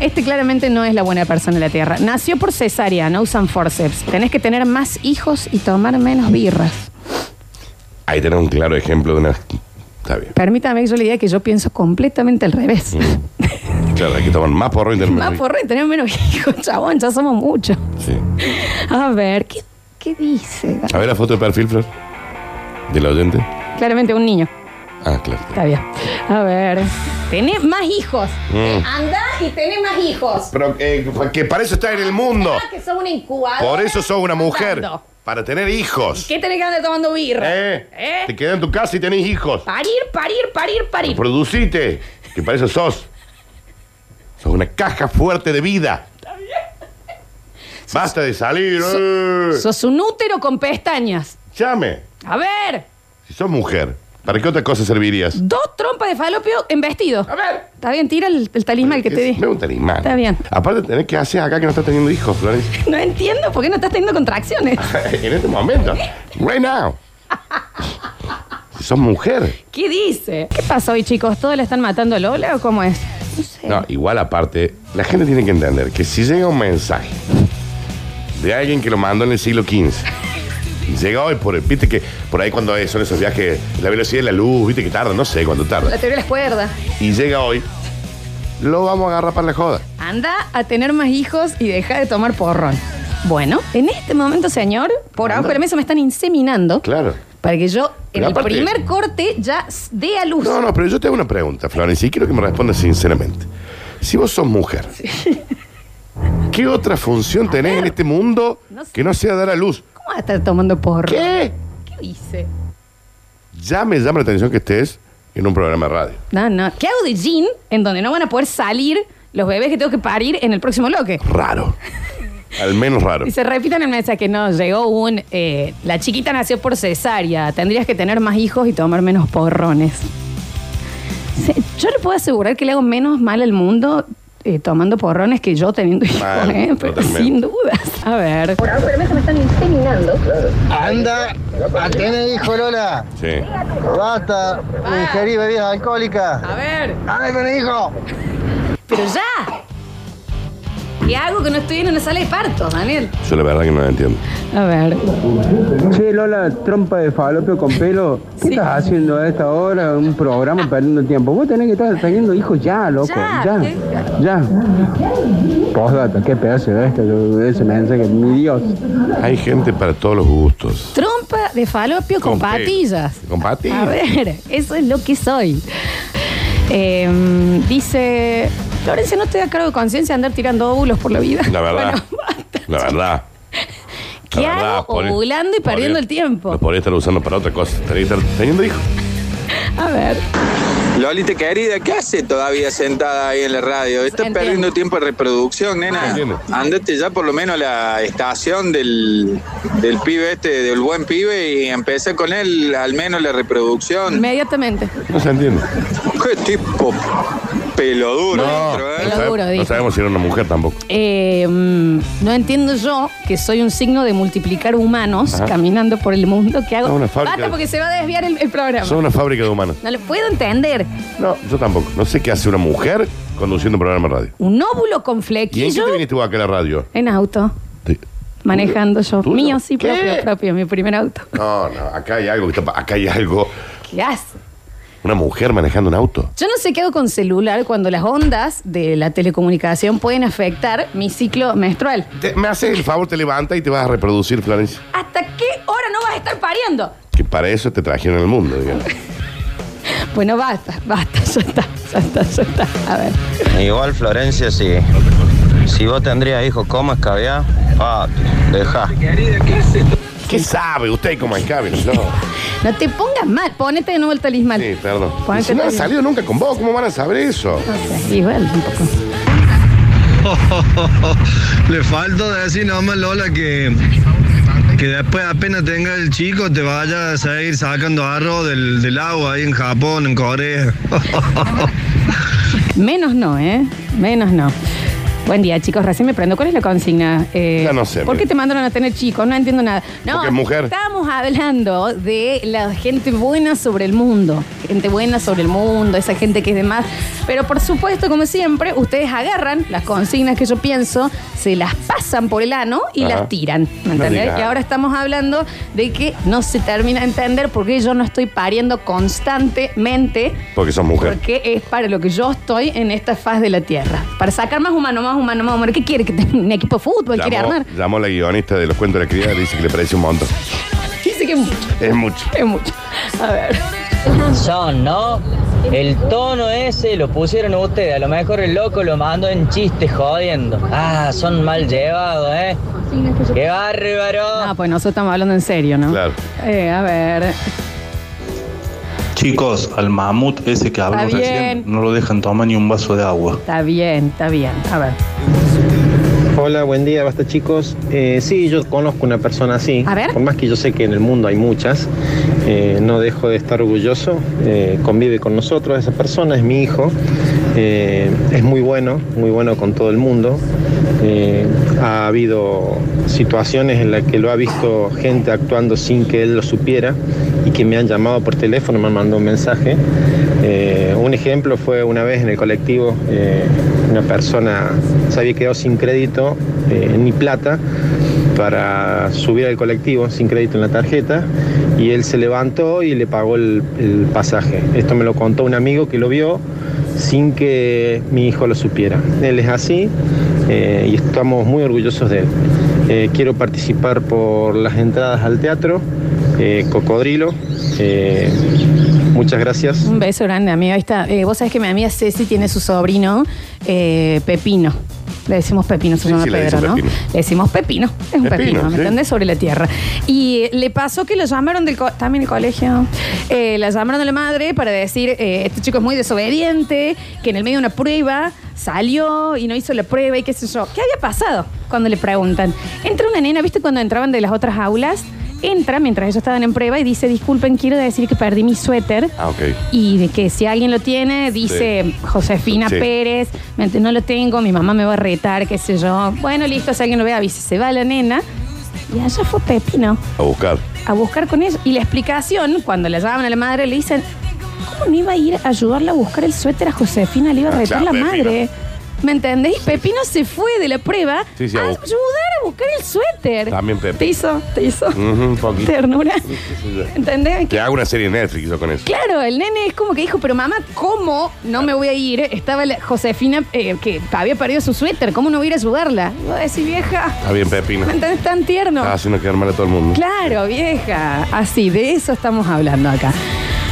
Este claramente no es la buena persona de la Tierra. Nació por cesárea, no usan forceps. Tenés que tener más hijos y tomar menos birras. Ahí tenés un claro ejemplo de una. Está bien. Permítame que yo le diga que yo pienso completamente al revés. Mm, Claro, hay que tomar más porro y tener Más menos- porro y tener menos hijos, chabón, ya somos muchos. Sí. A ver, ¿qué, qué dice? A ver la foto de perfil, Flor. Del oyente. Claramente un niño. Ah, claro. Está bien. A ver. Tenés más hijos. Mm. Andá y tenés más hijos. Pero eh, que para eso está en el mundo. Ah, que sos una incubadora. Por eso sos una mujer. Andando. Para tener hijos. ¿Qué tenés que andar tomando birra? ¿Eh? ¿Eh? Te quedas en tu casa y tenés hijos. Parir, parir, parir, parir. Producite. Que para eso sos. Sos una caja fuerte de vida. Basta de salir. eh. Sos un útero con pestañas. Llame. A ver. Si sos mujer, ¿para qué otra cosa servirías? Dos trompas de falopio en vestido. A ver. Está bien, tira el, el talismán que te di. Me gusta el imán. Está bien. Aparte, tenés que hacer acá que no estás teniendo hijos, Florencia. No entiendo por qué no estás teniendo contracciones. en este momento. Right now. Si sos mujer. ¿Qué dice? ¿Qué pasa hoy, chicos? ¿Todos la están matando a Lola o cómo es? No sé. No, igual aparte, la gente tiene que entender que si llega un mensaje de alguien que lo mandó en el siglo XV, llega hoy por el, viste que por ahí cuando son esos viajes, la velocidad de la luz, viste que tarda, no sé cuánto La tarda, teoría de las cuerdas. y llega hoy, lo vamos a agarrar para la joda. Anda a tener más hijos y deja de tomar porrón. Bueno, en este momento, señor, por abajo de la mesa me están inseminando Claro. para que yo, en Pero el aparte- primer corte, ya s- dé a luz. No, no, pero yo te hago una pregunta, Florencia, y quiero que me respondas sinceramente. Si vos sos mujer, ¿qué otra función tenés en este mundo No sé. que no sea dar a luz? ¿Cómo vas a estar tomando porro? ¿Qué? ¿Qué dice? Ya me llama la atención que estés en un programa de radio. No, no. ¿Qué hago de jean en donde no van a poder salir los bebés que tengo que parir en el próximo bloque? Raro. Al menos raro. Y se repitan el mensaje, no, llegó un, eh, la chiquita nació por cesárea, tendrías que tener más hijos y tomar menos porrones. Se- Yo le puedo asegurar que le hago menos mal al mundo eh, tomando porrones que yo teniendo hijos, Mal, ¿eh? pero totalmente. sin dudas. A ver, Anda a tener hijo, Lola. Sí. Basta de ingerir bebidas alcohólicas. a ver, Anda con el hijo. pero ya. ¿Qué hago que no estoy en una sala de parto, Daniel? Yo la verdad que no la entiendo. A ver, Che, Lola, trompa de falopio con pelo. ¿Qué Sí. estás haciendo a esta hora? Un programa perdiendo tiempo. Vos tenés que estar teniendo hijos ya, loco. Ya, Ya. ¿qué? Ya. Postdata, qué pedazo de esto. Yo, ese mensaje, mi Dios. Hay gente para todos los gustos. trompa de falopio con, Con pelo. patillas. Con patillas. A ver, eso es lo que soy. Eh, dice, Florencia, no estoy a cargo de conciencia de andar tirando óvulos por la vida. La verdad. Bueno, basta. La verdad. ¿Qué La verdad, hago? podría- Ovulando y perdiendo podría- el tiempo. Lo podría estar usando para otra cosa. Tenés que estar teniendo hijos. A ver, Lolita querida, ¿qué hace todavía sentada ahí en la radio? Estás Entiendo. perdiendo tiempo de reproducción, nena. Ah, Entiendo. Andate ya por lo menos a la estación del, del pibe este, del buen pibe, y empecé con él al menos la reproducción. inmediatamente. No se entiende. Qué tipo peloduro. No, dentro, ¿eh? no, Lo sabe- juro, no dijo. sabemos si era una mujer tampoco. Eh, mm, no entiendo yo que soy un signo de multiplicar humanos Ajá. caminando por el mundo. ¿Qué hago? No, una fábrica. Basta porque se va a desviar el, el programa. Son una fábrica de humanos. No lo puedo entender. No, yo tampoco. No sé qué hace una mujer conduciendo un programa de radio. Un óvulo con ¿Y en qué flequillo te viniste vos acá a la radio? en auto, Te- manejando yo. ¿Tuyo? Mío, sí, ¿Qué? propio, propio, mi primer auto. No, no, acá hay algo. que está pa- Acá hay algo. ¿Qué haces? Una mujer manejando un auto. Yo no sé qué hago con celular cuando las ondas de la telecomunicación pueden afectar mi ciclo menstrual. Te- me haces el favor, te levantas y te vas a reproducir, Florencia. ¿Hasta qué hora no vas a estar pariendo? Que para eso te trajeron al mundo, digamos. Bueno, basta, basta, ya está, ya está, ya está. A ver. Igual Florencia, si, si vos tendrías hijos, ¿cómo escabear? Papi, deja. ¿Qué sabe usted cómo es Cabin? No. No te pongas mal, ponete de nuevo el talismán. Sí, perdón. Y Ponete si no han el talismán. salido nunca con vos, ¿cómo van a saber eso? No sé, igual un poco. Le falta decir nomás, Lola, que, que después apenas tenga el chico te vayas a ir sacando arroz del, del agua ahí en Japón, en Corea. Menos no, ¿eh? Menos no. Buen día, chicos. Recién me prendo. ¿Cuál es la consigna? Eh, Ya no sé, ¿Por qué mira. te mandaron a tener chicos? No entiendo nada. No, Porque es mujer. estamos hablando de la gente buena sobre el mundo. Gente buena sobre el mundo, esa gente que es de más. Pero por supuesto, como siempre, ustedes agarran las consignas que yo pienso, se las pasan por el ano y Ajá. las tiran. ¿Me No entendés? digas. y ahora estamos hablando de que no se termina de entender por qué yo no estoy pariendo constantemente. Porque sos mujer. Porque es para lo que yo estoy en esta faz de la Tierra. Para sacar más humano, más humano, más humano. ¿Qué quiere? ¿Que tenga un equipo de fútbol? ¿Quiere Llamó, armar? llamó la guionista de los cuentos de la criada y dice que le parece un montón. Dice que es mucho, Es mucho. es mucho. A ver. Son, ¿no? El tono ese lo pusieron ustedes. A lo mejor el loco lo mandó en chiste jodiendo. Ah, son mal llevados, ¿eh? ¡Qué bárbaro! Ah, pues nosotros estamos hablando en serio, ¿no? Claro. Eh, a ver. Chicos, al mamut ese que habló Está recién bien. no lo dejan tomar ni un vaso de agua. Está bien, está bien. A ver. Hola, buen día, basta chicos. Eh, sí, yo conozco una persona así. A ver. Por más que yo sé que en el mundo hay muchas, eh, no dejo de estar orgulloso. Eh, convive con nosotros esa persona, es mi hijo. Eh, es muy bueno, muy bueno con todo el mundo. Eh, ha habido situaciones en las que lo ha visto gente actuando sin que él lo supiera y que me han llamado por teléfono, me han mandado un mensaje. Eh, un ejemplo fue una vez en el colectivo, eh, una persona se había quedado sin crédito eh, ni plata para subir al colectivo sin crédito en la tarjeta y él se levantó y le pagó el, el pasaje. Esto me lo contó un amigo que lo vio sin que mi hijo lo supiera. Él es así eh, y estamos muy orgullosos de él. Eh, quiero participar por las entradas al teatro, eh, Cocodrilo. eh, muchas gracias. Un beso grande, amiga. Ahí está. Eh, Vos sabés que mi amiga Ceci tiene su sobrino, eh, Pepino. Le decimos Pepino, se Sí, llama sí, le Pedro, dicen ¿no? Pepino. Le decimos Pepino. Es un Pepino, Pepino, ¿me sí. entendés? Sobre la tierra. Y eh, le pasó que lo llamaron del co- también el colegio. Eh, la llamaron de la madre para decir, eh, este chico es muy desobediente, que en el medio de una prueba salió y no hizo la prueba y qué sé yo. ¿Qué había pasado? Cuando le preguntan. Entra una nena, ¿viste cuando entraban de las otras aulas? Entra mientras ellos estaban en prueba y dice, disculpen, quiero decir que perdí mi suéter. Ah, ok. Y de que si alguien lo tiene, dice Josefina Sí. Pérez, me ent- no lo tengo, mi mamá me va a retar, qué sé yo. Bueno, listo, si alguien lo ve, avise. Se va la nena. Y allá fue Pepino A buscar. a buscar con ellos. Y la explicación, cuando la llaman a la madre, le dicen, ¿cómo no iba a ir a ayudarla a buscar el suéter a Josefina? Le iba a Ah, retar claro, la Pepino. madre. ¿Me entendés? Y Pepino se fue de la prueba Sí, sí, a a ayudar buscar. a buscar el suéter. También Mm. Pepino. Te hizo, te hizo. Ujú, un poquito. Ternura. ¿Entendés? Que hago una serie de Netflix yo con eso. Claro, el nene es como que dijo, pero mamá, ¿cómo no me voy a ir? Estaba la Josefina eh, que había perdido su suéter, ¿cómo no voy a ir a ayudarla? Y Vos decís, vieja, Está bien, Ah, Pepino. ¿me entendés tan tierno? Está haciendo quedar mal a todo el mundo. Claro, vieja. Así, de eso estamos hablando acá.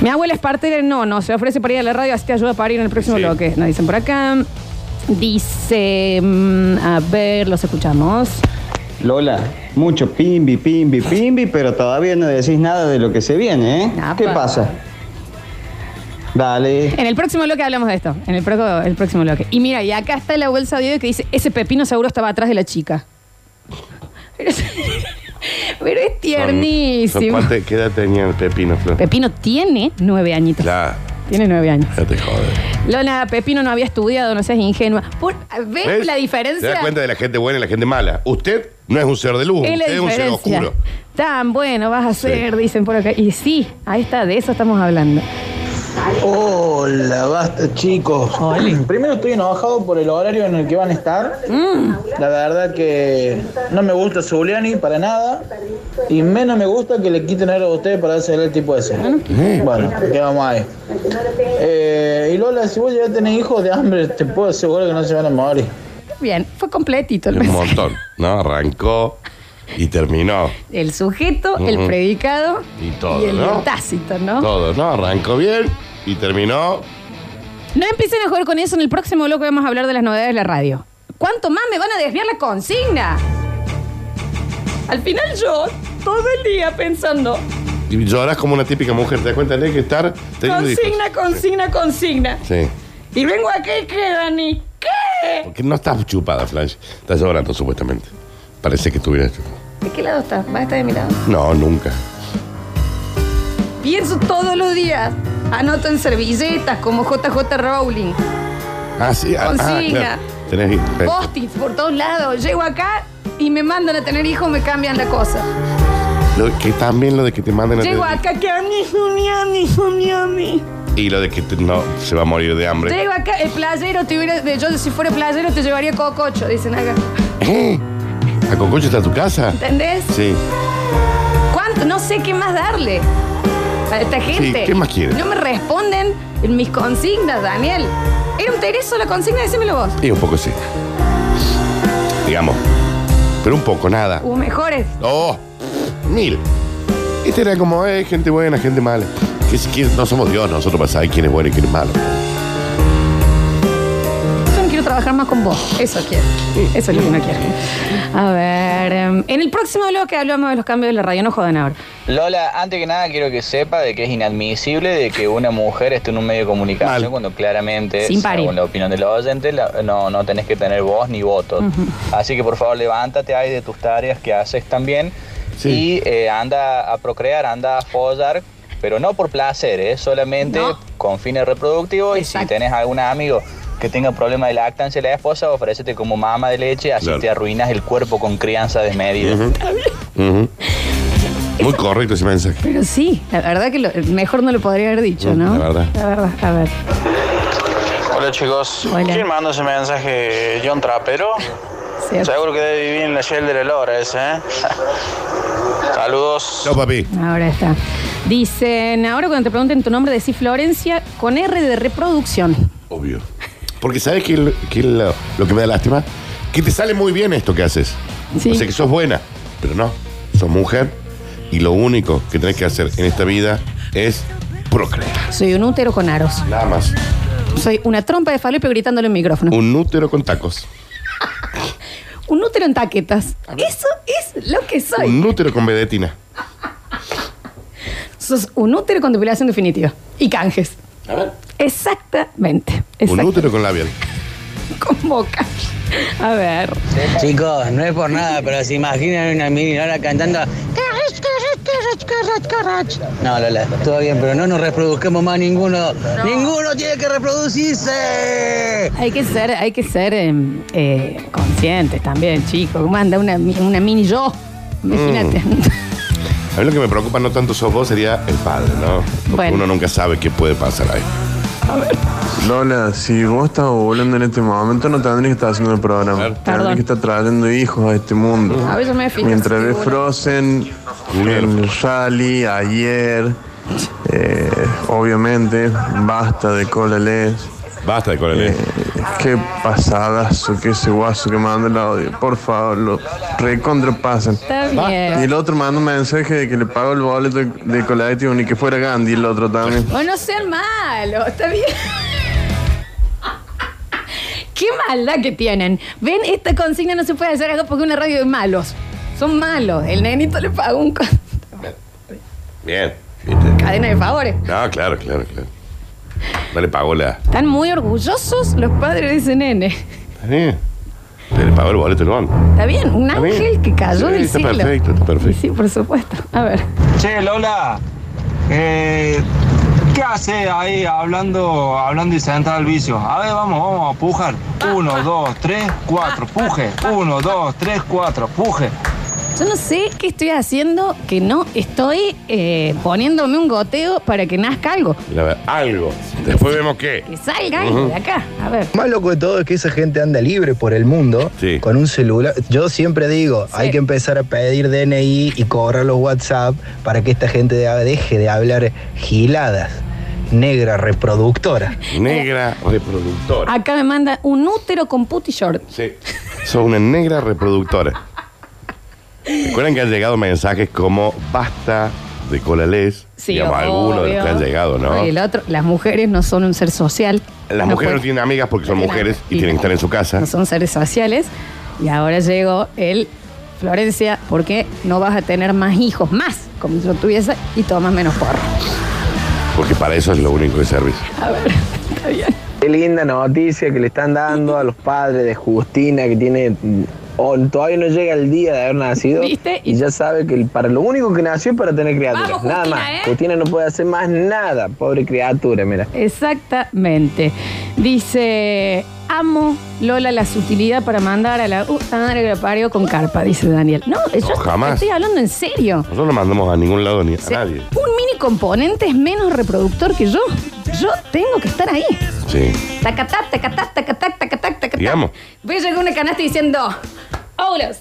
Mi abuela es partera, no, no, se ofrece para ir a la radio, así te ayuda para ir en el próximo Sí. bloque. Nos dicen por acá. Dice, mm, a ver, los escuchamos. Lola, mucho pimbi, pimbi, pimbi, pero todavía no decís nada de lo que se viene, ¿eh? Apa. ¿Qué pasa? Dale. En el próximo bloque hablamos de esto. En el, pro- el próximo bloque. Y mira, y acá está la bolsa de audio que dice: Ese pepino seguro estaba atrás de la chica. Pero es, pero es Son- tiernísimo. son- ¿cuánta- ¿Qué edad tenía el Pepino, Flor? Pepino tiene nueve añitos. Ya, Tiene nueve años. ya te joder. Lola, Pepino no había estudiado, no seas ingenua. Por- ¿Ves, la ¿Te das diferencia? cuenta de la gente buena y la gente mala? Usted no es un ser de luz, Es usted la es un ser diferencia. oscuro. Tan bueno vas a Sí. ser, dicen por acá. Y sí, ahí está, de eso estamos hablando. Hola, basta chicos. Primero estoy enojado por el horario en el que van a estar. La verdad que no me gusta Zuliani para nada. Y menos me gusta que le quiten algo a ustedes para hacer el tipo ese. Bueno, ¿qué vamos ahí? Eh, y Lola, si vos ya tenés hijos de hambre, te puedo asegurar que no se van a morir. Bien, fue completito el Es un mensaje. montón. No, arrancó y terminó. El sujeto, el Ujú. predicado Y todo, el ¿no? tácito, ¿no? Todo, ¿no? Arrancó bien y terminó. No empiecen a jugar con eso, en el próximo bloque vamos a hablar de las novedades de la radio. ¿Cuánto más me van a desviar la consigna? Al final yo, todo el día pensando, Y lloras como una típica mujer. ¿Te das cuenta? Tenés que estar teniendo hijos. consigna, consigna, consigna. Sí. Y vengo aquí y quedan y ¿qué? Porque no estás chupada, Flash. Estás llorando, supuestamente. Parece que estuvieras chupada. ¿De qué lado estás? ¿Vas a estar de mi lado? No, nunca. Pienso todos los días. Anoto en servilletas como JJ Rowling. Ah, sí. ah, ah, Consigna. claro. Tenés hijos. Postis por todos lados. Llego acá y me mandan a tener hijos, me cambian la cosa. Lo- que también lo de que te manden a Llego tener- acá, que a mí, a mí, a mí, a mí, a mí. Y lo de que te- no se va a morir de hambre. Llego acá, el playero te hubiera, de- yo si fuera playero te llevaría cococho, dicen acá. ¿Eh? ¿A Cococho está tu casa? ¿Entendés? Sí. ¿Cuánto? No sé qué más darle a esta gente. ¿qué más quieres? No me responden en mis consignas, Daniel. ¿Era un tereso la consigna? Decímelo vos. Y un poco sí. Digamos. Pero un poco, nada. O mejores. ¡Oh! Mil. Este era como, eh, gente buena, gente mala. Que, si- que no somos Dios nosotros para saber quién es bueno y quién es malo. Yo no quiero trabajar más con vos. Eso quiero. Eso es lo que no quiero. A ver, em, en el próximo bloque hablamos de los cambios de la radio. No jodan ahora. Lola, antes que nada quiero que sepa de que es inadmisible de que una mujer esté en un medio de comunicación cuando claramente, Sin parir. según la opinión de los oyentes, la- no, no tenés que tener voz ni voto. Así que por favor levántate ahí de tus tareas que haces también y eh, anda a procrear, anda a follar, pero no por placer, ¿eh? solamente con fines reproductivos y si tenés algún amigo que tenga problema de lactancia la esposa, ofrécete como mama de leche, así te arruinas el cuerpo con crianza desmedida. Ujú. Muy correcto ese mensaje. Pero sí, la verdad que lo- mejor no lo podría haber dicho, Mm, ¿no? la verdad. La verdad, a ver. Hola chicos, Hola. ¿quién mandó ese mensaje? John Trapero. Seguro que debe vivir en la Shell de la Lora ese, ¿eh? Saludos. Chao, papi. Ahora está. Dicen, ahora cuando te pregunten tu nombre, decís Florencia con R de reproducción. Obvio. Porque ¿sabes qué, es lo- qué es lo, lo que me da lástima? Que te sale muy bien esto que haces. Sí. O sea que sos buena, pero no, sos mujer y lo único que tenés que hacer en esta vida es procrear. Soy un útero con aros. Nada más. Soy una trompa de falopio gritándole en micrófono. Un útero con tacos. Un útero en taquetas. Eso es lo que soy. Un útero con vedetina. Sos un útero con depilación definitiva. Y canjes. A ver. Exactamente. Un útero con labial. Con boca. A ver. Chicos, no es por nada, pero se imaginan una mini Lola cantando. No, Lola, todo bien, pero no nos reproduzcamos más ninguno. ¡Ninguno tiene que reproducirse! Hay que ser, hay que ser em, eh, conscientes también, chicos. ¿Cómo anda una, mi- una mini yo? Imagínate. Mm. A mí lo que me preocupa no tanto sos vos, sería el padre, ¿no? Porque Bueno. uno nunca sabe qué puede pasar ahí. Lola, si vos estás volando en este momento, no tendrías que estar haciendo el programa. Perdón. Tendrías que estar trayendo hijos a este mundo. A veces me fijo, Mientras ves seguro. Frozen, el rally, ayer, eh, obviamente, basta de Cola Les. Basta de Cola Eh. qué pasadazo, que ese guaso que manda el audio. Por favor, lo recontrapasan. Está bien. Y el otro manda un mensaje de que le pagó el boleto de colectivo ni que fuera Gandhi, el otro también. Bueno, no sean malos, está bien. Qué maldad que tienen. Ven, esta consigna no se puede hacer acá porque es una radio de malos. Son malos. El nenito le pagó un co- Bien. ¿viste? cadena de favores. No, claro, claro, claro. No le pagó la. Están muy orgullosos los padres de ese nene. Está bien. Le pagó el boleto el banco. Está bien, un Está bien. ángel que cayó Sí, del está cielo. perfecto, está perfecto. Sí, por supuesto. A ver. Che, Lola, eh, ¿qué hace ahí hablando, hablando y sentada al vicio? A ver, vamos, vamos a pujar. Uno, dos, tres, cuatro, puje. Uno, dos, tres, cuatro, puje. Yo no sé qué estoy haciendo que no estoy eh, poniéndome un goteo para que nazca algo. La verdad, algo. Después vemos qué. Que salga algo Ujú. de acá. A ver. Más loco de todo es que esa gente anda libre por el mundo con un celular. Yo siempre digo, hay que empezar a pedir DNI y cobrar los WhatsApp para que esta gente de- deje de hablar giladas. Negra reproductora. Negra reproductora. Acá me manda un útero con puti short. Sí. Sos una negra reproductora. Recuerden que han llegado mensajes como basta de colales. Sí, digamos, algunos de los que obvio. han llegado, ¿no? El otro, las mujeres no son un ser social. Las No mujeres no pueden- tienen amigas porque son no tienen mujeres y amigas. tienen que estar en su casa. no son seres sociales. Y ahora llegó el Florencia, porque no vas a tener más hijos, más, como si lo tuviese, y tomas menos porro. Porque para eso es lo único que sirve. Qué linda noticia que le están dando a los padres de Justina, que tiene o oh, todavía no llega el día de haber nacido ¿Viste? y ya sabe que el- para lo único que nació es para tener criaturas, Vamos, nada Justina, más. ¿eh? Justina no puede hacer más nada, pobre criatura, mira. Exactamente. Dice, amo Lola la sutilidad para mandar a la puta madre que la parió con carpa, dice Daniel. No, yo jamás. estoy hablando en serio. Nosotros no mandamos a ningún lado ni a nadie. Un mini componente es menos reproductor que yo. Yo tengo que estar ahí. Sí. Tacatac, tacatac, tacatac, tacatac, tacatac. Digamos. Voy a llegar a una canasta diciendo, óvulos,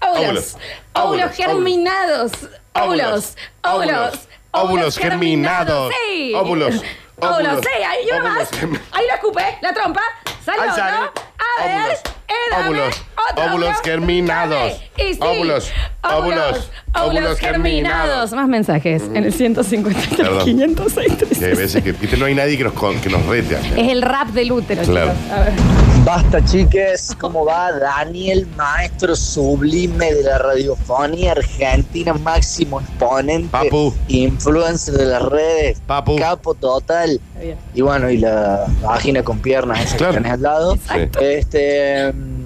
óvulos, Óvulos, óvulos germinados, óvulos, óvulos, Óvulos germinados. Sí. Óvulos. Óvulos, sí, ahí yo Óvulos más. germ- Ahí lo escupé, la trompa, salió, Ahí sale. ¿no? A ver, Óvulos. eh, dame Óvulos. otro Óvulos óvulo. germinados. Y sí. Óvulos. Óvulos. Óvulos germinados. Más mensajes en el 153, Perdón. 506. Que hay veces que viste, no hay nadie que nos, con- que nos rete. acá. Es el rap del útero, Claro. chicos. A ver. Basta, chiques. ¿Cómo va Daniel, maestro sublime de la radiofonía argentina, máximo exponente, influencer de las redes, capo total? Y bueno, y la vagina con piernas, esa que tenés al lado. Este, mm,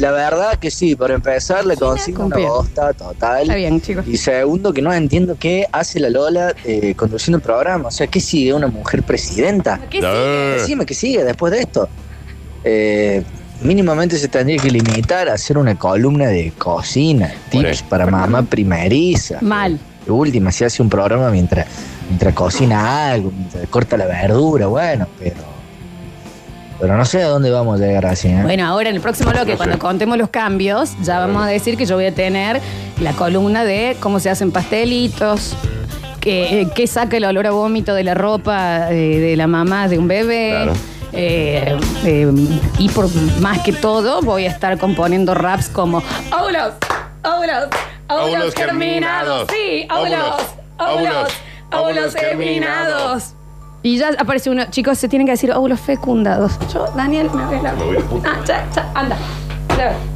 la verdad que sí, para empezar, le consigo una piernas. bosta total. Está bien, chicos. Y segundo, que no entiendo qué hace la Lola eh, conduciendo el programa. O sea, ¿qué sigue una mujer presidenta? ¿Qué Mm. sigue? Decime qué sigue después de esto. Eh, mínimamente se tendría que limitar a hacer una columna de cocina, tips para mamá primeriza. Mal. De última, si hace un programa mientras, mientras cocina algo, mientras corta la verdura, bueno, pero. Pero no sé a dónde vamos a llegar así, ¿eh? Bueno, ahora en el próximo bloque, No sé. cuando contemos los cambios, ya vamos a decir que yo voy a tener la columna de cómo se hacen pastelitos, que, que saca el olor a vómito de la ropa eh, de la mamá de un bebé. Claro. Eh, eh, y por más que todo, voy a estar componiendo raps como óvulos, óvulos, óvulos Óvulos germinados, germinados. sí, óvulos, Óvulos, óvulos, óvulos óvulos germinados. germinados. Y ya aparece uno, chicos, se tienen que decir óvulos fecundados. Yo, Daniel, me voy a la... Ah, ya, ya, anda. Ya.